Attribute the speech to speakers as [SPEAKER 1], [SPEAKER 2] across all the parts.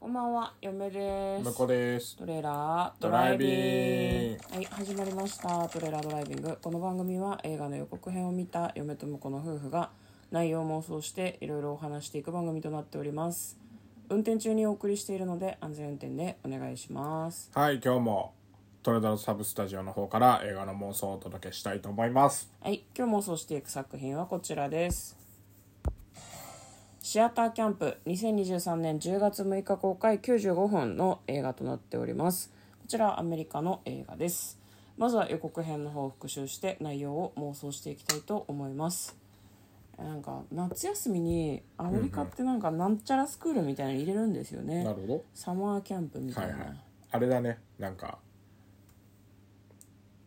[SPEAKER 1] こんばんは、嫁です。
[SPEAKER 2] 向こうです
[SPEAKER 1] トレーラードライビングはい始まりましたトレーラードライビングこの番組は映画の予告編を見た嫁と婿の夫婦が内容を妄想していろいろお話していく番組となっております運転中にお送りしているので安全運転でお願いします
[SPEAKER 2] はい今日もトレドラサブスタジオの方から映画の妄想をお届けしたいと思います
[SPEAKER 1] はい今日妄想していく作品はこちらですシアターキャンプ2023年10月6日公開95分の映画となっておりますこちらはアメリカの映画ですまずは予告編の方を復習して内容を妄想していきたいと思いますなんか夏休みにアメリカってなんかなんちゃらスクールみたいなの入れるんですよね
[SPEAKER 2] なるほ
[SPEAKER 1] サマーキャンプみ
[SPEAKER 2] ど
[SPEAKER 1] た
[SPEAKER 2] はいい
[SPEAKER 1] な、
[SPEAKER 2] はいあれだねなんか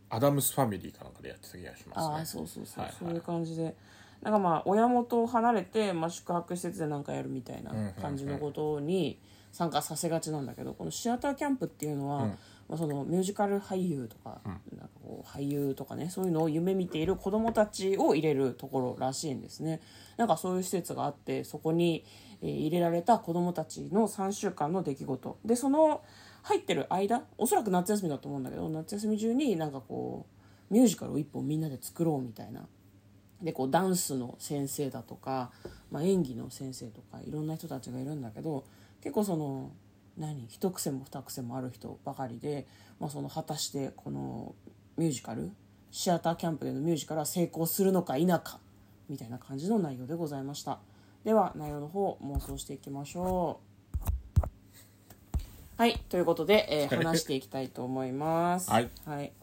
[SPEAKER 2] アダムスファミリーかなんかでやってた気がしますね
[SPEAKER 1] ああそうそうそう、
[SPEAKER 2] はいはい
[SPEAKER 1] そういう感じでなんかまあ親元を離れて、まあ、宿泊施設でなんかやるみたいな
[SPEAKER 2] うんうん
[SPEAKER 1] 感じのことに参加させがちなんだけどこのシアターキャンプっていうのは、まあ、そのミュージカル俳優とか,、なんかこう俳優とかねそういうのを夢見ている子供たちを入れるところらしいんですねなんかそういう施設があってそこに、えー入れられた子供たちの3週間の出来事でその入ってる間おそらく夏休みだと思うんだけど夏休み中になんかこうミュージカルを一本みんなで作ろうみたいなでこうダンスの先生だとか、まあ、演技の先生とかいろんな人たちがいるんだけど結構その何一癖も二癖もある人ばかりで、まあ、その果たしてこのミュージカルシアターキャンプでのミュージカルは成功するのか否かみたいな感じの内容でございましたでは内容の方妄想していきましょうはいということで、えー話していきたいと思います
[SPEAKER 2] はい、
[SPEAKER 1] はい、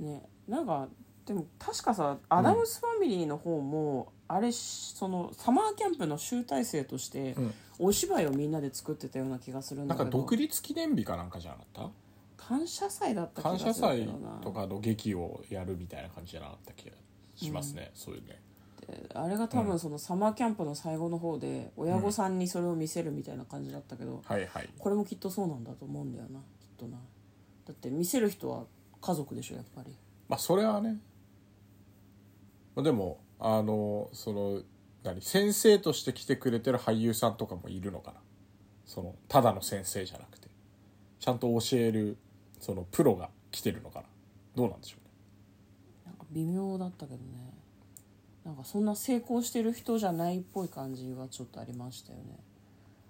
[SPEAKER 1] ねなんかでも確かさアダムス・ファミリーの方も、あれしそのサマーキャンプの集大成として、
[SPEAKER 2] ん
[SPEAKER 1] お芝居をみんなで作ってたような気がするん
[SPEAKER 2] な
[SPEAKER 1] だ
[SPEAKER 2] ん
[SPEAKER 1] け
[SPEAKER 2] か
[SPEAKER 1] ど
[SPEAKER 2] 独立記念日かなんかじゃなかっ
[SPEAKER 1] 感謝祭だったた気が
[SPEAKER 2] 感謝
[SPEAKER 1] するけ
[SPEAKER 2] 祭
[SPEAKER 1] どな
[SPEAKER 2] とかの劇をやるみたいな感じじゃなかった気がしますね、そういうね
[SPEAKER 1] あれが多分そのサマーキャンプの最後の方で親御さんにそれを見せるみたいな感じだったけど、
[SPEAKER 2] はいはい
[SPEAKER 1] これもきっとそうなんだと思うんだよなきっとなだって見せる人は家族でしょやっぱり
[SPEAKER 2] まあそれはねまあでもあのその何先生として来てくれてる俳優さんとかもいるのかなそのただの先生じゃなくてちゃんと教えるそのプロが来てるのかなどうなんでしょうね
[SPEAKER 1] なんか微妙だったけどねなんかそんな成功してる人じゃないっぽい感じはちょっとありましたよね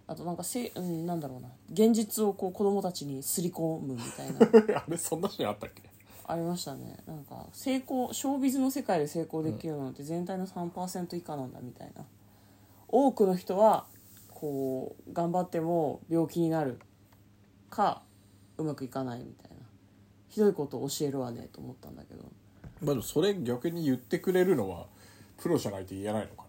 [SPEAKER 1] あとなんかせ、うん、なんだろうな現実をこう子供たちにすり込むみたいな
[SPEAKER 2] あれそんなシーンあったっけ
[SPEAKER 1] ありましたねなんか成功ショービズの世界で成功できるのって全体の3%以下なんだみたいな多くの人はこう頑張っても病気になるかうまくいかないみたいなひどいことを教えるわねと思ったんだけど
[SPEAKER 2] まあでもそれ逆に言ってくれるのはプロじゃないと言えないのか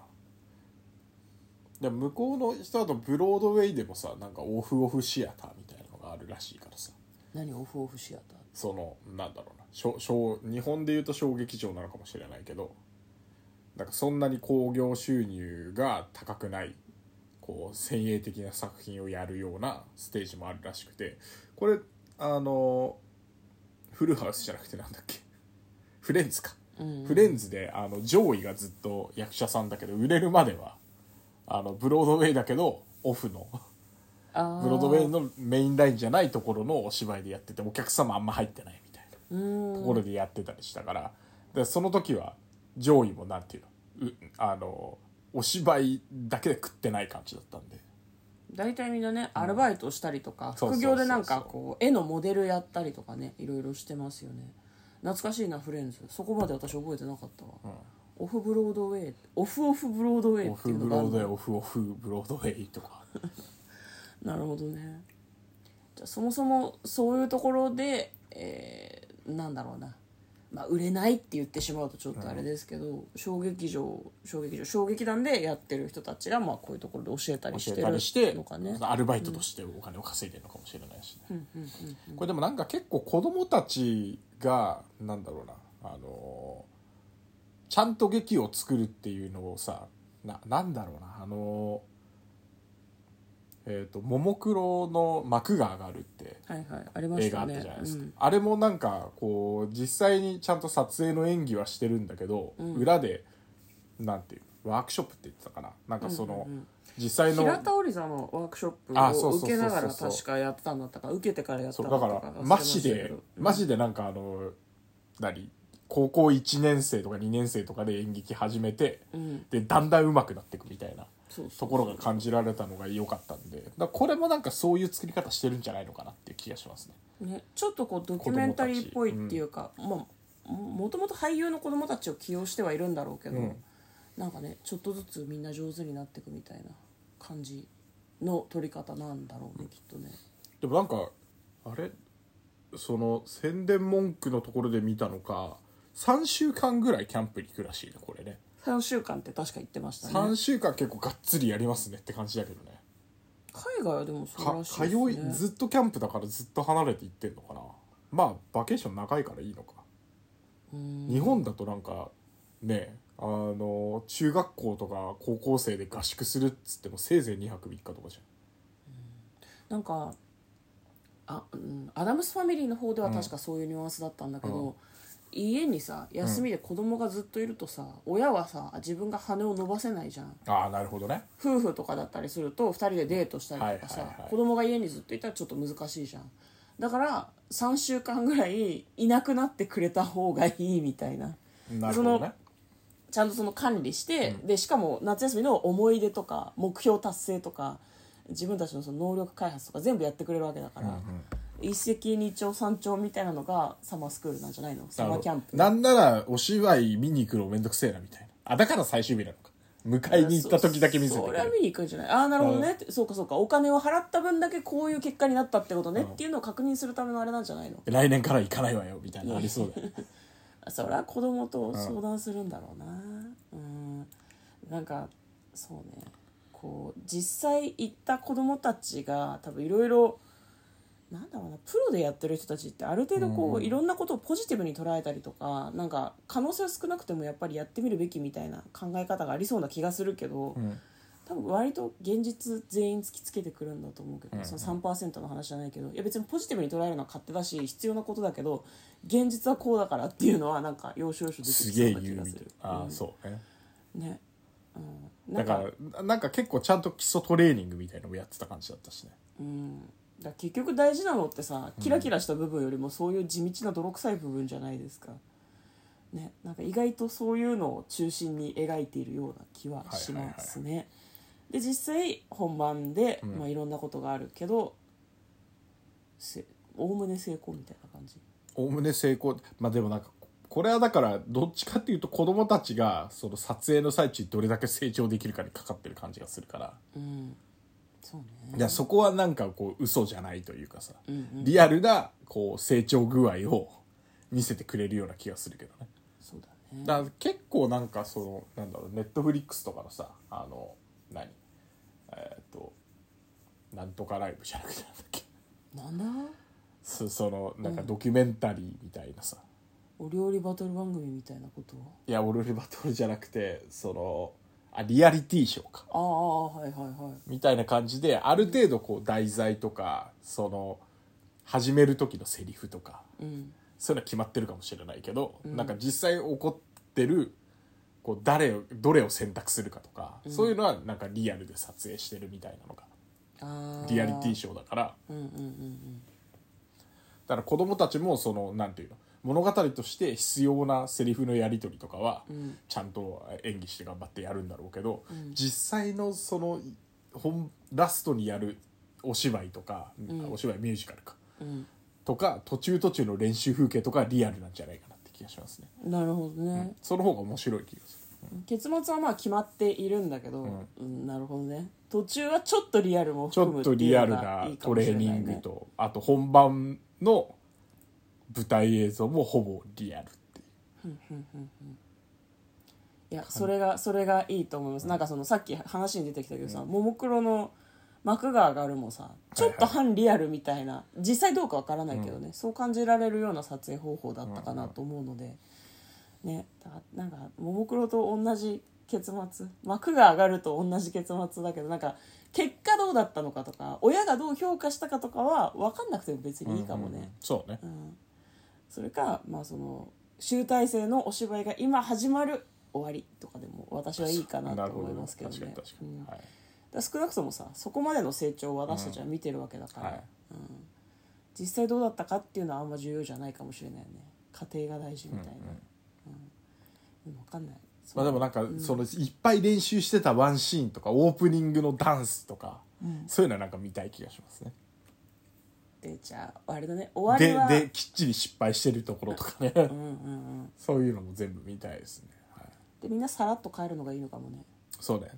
[SPEAKER 2] なでも向こうの人だとブロードウェイでもさなんかオフオフシアターみたいなのがあるらしいからさ
[SPEAKER 1] 何オフオフシアターって
[SPEAKER 2] そのなんだろうな小小日本で言うと小劇場なのかもしれないけどなんかそんなに興行収入が高くないこう先鋭的な作品をやるようなステージもあるらしくてこれあのフルハウスじゃなくてなんだっけフレンズか、フレンズであの上位がずっと役者さんだけど売れるまではあのブロードウェイだけどオフの。
[SPEAKER 1] あ
[SPEAKER 2] ブロードウェイのメインラインじゃないところのお芝居でやっててお客様あんま入ってないみたいなところでやってたりしたからでその時は上位もなんていうのうあのお芝居だけで食ってない感じだったんで
[SPEAKER 1] 大体みんなねアルバイトしたりとか、
[SPEAKER 2] そうそう
[SPEAKER 1] 副
[SPEAKER 2] そうそ
[SPEAKER 1] 業
[SPEAKER 2] う
[SPEAKER 1] でなんかこう絵のモデルやったりとかねいろいろしてますよね懐かしいなフレンズそこまで私覚えてなかったわ、オフブロードウェイオフオフブロードウェイ
[SPEAKER 2] オ
[SPEAKER 1] って
[SPEAKER 2] フ
[SPEAKER 1] いう
[SPEAKER 2] ブ
[SPEAKER 1] のがあ
[SPEAKER 2] ロ
[SPEAKER 1] る
[SPEAKER 2] ードウェイ
[SPEAKER 1] の
[SPEAKER 2] オフオフブロードウェイとか
[SPEAKER 1] なるほどねじゃあそもそもそういうところで、えーなんだろうなまあ、売れないって言ってしまうとちょっとあれですけど、小劇場小劇場小劇団でやってる人たちがまあこういうところで教えたり
[SPEAKER 2] 教
[SPEAKER 1] し
[SPEAKER 2] え
[SPEAKER 1] て
[SPEAKER 2] たりして
[SPEAKER 1] るのかね
[SPEAKER 2] アルバイトとしてお金を稼いでるのかもしれないしねこれでもなんか結構子供たちがなんだろうなあのーちゃんと劇を作るっていうのをさななんだろうなあのーえっ、と「ももクロ」の幕が上がるって
[SPEAKER 1] はいはいありま
[SPEAKER 2] 映
[SPEAKER 1] し
[SPEAKER 2] 画あ
[SPEAKER 1] た
[SPEAKER 2] った
[SPEAKER 1] ね
[SPEAKER 2] じゃないですか、あれもなんかこう実際にちゃんと撮影の演技はしてるんだけど、裏でなんていうワークショップって言ってたかななんかその、実際の
[SPEAKER 1] 平田織さんのワークショップ
[SPEAKER 2] あそう
[SPEAKER 1] を
[SPEAKER 2] そうそうそうそう
[SPEAKER 1] 受けながら確かやってたんだったか受けてからやった
[SPEAKER 2] そ
[SPEAKER 1] ん
[SPEAKER 2] う
[SPEAKER 1] だ
[SPEAKER 2] だ
[SPEAKER 1] った
[SPEAKER 2] か
[SPEAKER 1] から忘れま
[SPEAKER 2] マジ
[SPEAKER 1] したけ
[SPEAKER 2] で
[SPEAKER 1] ど
[SPEAKER 2] マジでなんかあの何高校1年生とか2年生とかで演劇始めて、
[SPEAKER 1] うん
[SPEAKER 2] でだんだん上手くなっていくみたいな
[SPEAKER 1] そうそう
[SPEAKER 2] ところが感じられたのが良かったんでだからこれもなんかそういう作り方してるんじゃないのかなっていう気がしますね
[SPEAKER 1] ね、ちょっとこうドキュメンタリーっぽいっていうか、まあ、ももともと俳優の子供たちを起用してはいるんだろうけど、
[SPEAKER 2] ん
[SPEAKER 1] なんかねちょっとずつみんな上手になっていくみたいな感じの撮り方なんだろうね、きっとね
[SPEAKER 2] でもなんかあれその宣伝文句のところで見たのか3週間ぐらいキャンプに行くらしいねこれね
[SPEAKER 1] 3週間って確か言ってましたね
[SPEAKER 2] 3週間結構がっつりやりますねって感じだけどね
[SPEAKER 1] 海外はでもそう
[SPEAKER 2] から
[SPEAKER 1] しい
[SPEAKER 2] 通
[SPEAKER 1] ですね
[SPEAKER 2] いずっとキャンプだからずっと離れて行ってんのかなまあバケーション長いからいいのか日本だとなんかねあの中学校とか高校生で合宿するっつってもせいぜい2泊3日とかじ
[SPEAKER 1] なんかあ、うん、アダムスファミリーの方では確かそういうニュアンスだったんだけど、家にさ休みで子供がずっといるとさ、親はさ自分が羽を伸ばせないじゃん
[SPEAKER 2] ゃんああなるほどね
[SPEAKER 1] 夫婦とかだったりすると2人でデートしたりとかさ、
[SPEAKER 2] はいはいはい
[SPEAKER 1] 子供が家にずっといたらちょっと難しいじゃんだから3週間ぐらいいなくなってくれた方がいいみたいな
[SPEAKER 2] なるほどね
[SPEAKER 1] ちゃんとその管理して、でしかも夏休みの思い出とか目標達成とか自分たちのその能力開発とか全部やってくれるわけだから、一石二鳥三鳥みたいなのがサマースクールなんじゃないのサマーキャンプ
[SPEAKER 2] なんならお芝居見に行くのめんどくせえなみたいなあだから最終日なのか迎えに行った時だけ見せて
[SPEAKER 1] そ
[SPEAKER 2] く
[SPEAKER 1] それ
[SPEAKER 2] れ
[SPEAKER 1] は
[SPEAKER 2] る
[SPEAKER 1] 見に行くんじゃないああなるほどね、そうかそうかお金を払った分だけこういう結果になったってことね、っていうのを確認するためのあれなんじゃないの
[SPEAKER 2] 来年から行かないわよみたいなのありそう だよね
[SPEAKER 1] それは子供と相談するんだろうなうんなんかそうねこう実際行った子供たちが多分いろいろなんだろうなプロでやってる人たちってある程度こういろんなことをポジティブに捉えたりとかなんか可能性は少なくてもやっぱりやってみるべきみたいな考え方がありそうな気がするけど、多分割と現実全員突きつけてくるんだと思うけど、その3%の話じゃないけどいや別にポジティブに捉えるのは勝手だし必要なことだけど現実はこうだからっていうのはなんか要所要所出てき
[SPEAKER 2] す
[SPEAKER 1] そ
[SPEAKER 2] げ
[SPEAKER 1] う
[SPEAKER 2] え
[SPEAKER 1] な気
[SPEAKER 2] 言う
[SPEAKER 1] が
[SPEAKER 2] み
[SPEAKER 1] す
[SPEAKER 2] たい
[SPEAKER 1] る
[SPEAKER 2] なあーそうね
[SPEAKER 1] ね、うん、な
[SPEAKER 2] だ
[SPEAKER 1] んか
[SPEAKER 2] からなんか結構ちゃんと基礎トレーニングみたいのもやってた感じだったしね
[SPEAKER 1] だから結局大事なのってさキラキラした部分よりもそういう地道な泥臭い部分じゃないですか、ね、なんか意外とそういうのを中心に描いているような気はしますね、で実際本番で、まあ、いろんなことがあるけどせおおむね成功みたいな感じ
[SPEAKER 2] おおむね成功まあでもなんかこれはだからどっちかっていうと子供たちがその撮影の最中どれだけ成長できるかにかかってる感じがするから、
[SPEAKER 1] そうね
[SPEAKER 2] いやそこはなんかこう嘘じゃないというかさ、リアルなこう成長具合を見せてくれるような気がするけどね
[SPEAKER 1] そうだね
[SPEAKER 2] だから結構なんかそのなんだろうネットフリックスとかのさあの何えーっとなんとかライブじゃなくてなんだっけ
[SPEAKER 1] なんだ
[SPEAKER 2] そそのなんかドキュメンタリーみたいなさ、
[SPEAKER 1] お料理バトル番組みたいなこと
[SPEAKER 2] いや俺ルバトルじゃなくてそのあリアリティショーか
[SPEAKER 1] ああはいはいはい
[SPEAKER 2] みたいな感じである程度こう題材とかその始める時のセリフとか、
[SPEAKER 1] ん
[SPEAKER 2] そういうのは決まってるかもしれないけど、なんか実際起こってるこう誰をどれを選択するかとか、そういうのはなんかリアルで撮影してるみたいなのが
[SPEAKER 1] あ
[SPEAKER 2] リアリティ
[SPEAKER 1] シ
[SPEAKER 2] ショーだから
[SPEAKER 1] ョンうんうんうん
[SPEAKER 2] だから子供たちもそのなんていうの物語として必要なセリフのやり取りとかは
[SPEAKER 1] ん
[SPEAKER 2] ちゃんと演技して頑張ってやるんだろうけど、実際のその本ラストにやるお芝居とか、お芝居ミュージカルか
[SPEAKER 1] うん
[SPEAKER 2] とか途中途中の練習風景とかはリアルなんじゃないかなって気がしますね、
[SPEAKER 1] うんなるほどね、
[SPEAKER 2] その方が面白い気がする
[SPEAKER 1] 結末はまあ決まっているんだけど、うんなるほどね途中はちょっとリアルも
[SPEAKER 2] ちょ
[SPEAKER 1] 含む
[SPEAKER 2] っ
[SPEAKER 1] って
[SPEAKER 2] と
[SPEAKER 1] い
[SPEAKER 2] リア
[SPEAKER 1] う
[SPEAKER 2] ル
[SPEAKER 1] のが
[SPEAKER 2] ない
[SPEAKER 1] いか
[SPEAKER 2] ト
[SPEAKER 1] も
[SPEAKER 2] レ
[SPEAKER 1] しれ
[SPEAKER 2] ー
[SPEAKER 1] ないね
[SPEAKER 2] ニングとあと本番の舞台映像もほぼリアルっていう
[SPEAKER 1] いやそれがそれがいいと思います、なんかそのさっき話に出てきたけどさ、ももクロの幕が上がるもさちょっと反リアルみたいな、実際どうかわからないけどね、そう感じられるような撮影方法だったかなと思うので、ねだからなんかももクロと同じ結末幕が上がると同じ結末だけどなんか結果どうだったのかとか親がどう評価したかとかは分かんなくても別にいいかもね、
[SPEAKER 2] そうね、
[SPEAKER 1] それか、まあ、その集大成のお芝居が今始まる終わりとかでも私はいいかなと思いますけど
[SPEAKER 2] な
[SPEAKER 1] ね
[SPEAKER 2] るほど確かに確かに、は
[SPEAKER 1] だ
[SPEAKER 2] い
[SPEAKER 1] から少なくともさそこまでの成長を私たちは見てるわけだから、
[SPEAKER 2] はい
[SPEAKER 1] 実際どうだったかっていうのはあんま重要じゃないかもしれないよね過程が大事みたいな、うん分かんない
[SPEAKER 2] まあ、でもなんか、そのいっぱい練習してたワンシーンとかオープニングのダンスとか、そういうのはなんか見たい気がしますね
[SPEAKER 1] でじゃああれだね終わり
[SPEAKER 2] で
[SPEAKER 1] は
[SPEAKER 2] できっちり失敗してるところとかねそういうのも全部見たいですね、はい、
[SPEAKER 1] でみんなさらっと帰るのがいいのかもね
[SPEAKER 2] そうね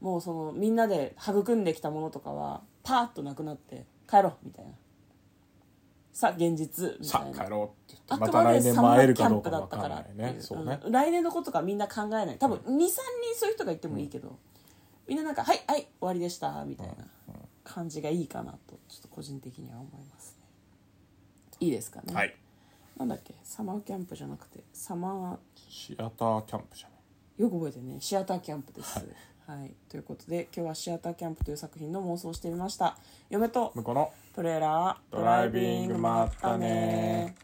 [SPEAKER 1] もうそのみんなで育んできたものとかはパーッとなくなって帰ろうみたいなさあ現実みた
[SPEAKER 2] さ
[SPEAKER 1] い
[SPEAKER 2] あ
[SPEAKER 1] な
[SPEAKER 2] 帰ろうって
[SPEAKER 1] あ
[SPEAKER 2] 言ってま
[SPEAKER 1] く
[SPEAKER 2] た
[SPEAKER 1] ま
[SPEAKER 2] 来
[SPEAKER 1] で
[SPEAKER 2] 年
[SPEAKER 1] サ
[SPEAKER 2] も
[SPEAKER 1] マ
[SPEAKER 2] 会え
[SPEAKER 1] ー
[SPEAKER 2] る
[SPEAKER 1] キャ
[SPEAKER 2] かど
[SPEAKER 1] ン
[SPEAKER 2] う
[SPEAKER 1] プ
[SPEAKER 2] か
[SPEAKER 1] だ
[SPEAKER 2] も
[SPEAKER 1] っ
[SPEAKER 2] わ
[SPEAKER 1] た
[SPEAKER 2] か
[SPEAKER 1] からら
[SPEAKER 2] な
[SPEAKER 1] って
[SPEAKER 2] い
[SPEAKER 1] いう
[SPEAKER 2] ねそうね
[SPEAKER 1] うん来年のこととかみんな考えない多分23人そういう人がいてもいいけど、みんななんか「はいはい終わりでした」みたいな感じがいいかなとちょっと個人的には思いますねいいですかね、
[SPEAKER 2] はい
[SPEAKER 1] なんだっけサマーキャンプじゃなくてサマー
[SPEAKER 2] シアターキャンプじゃない
[SPEAKER 1] よく覚えてるねシアターキャンプです、はいということで今日はシアターキャンプという作品の妄想をしてみました嫁と
[SPEAKER 2] 向こうの
[SPEAKER 1] トレーラード
[SPEAKER 2] ドライビングまったね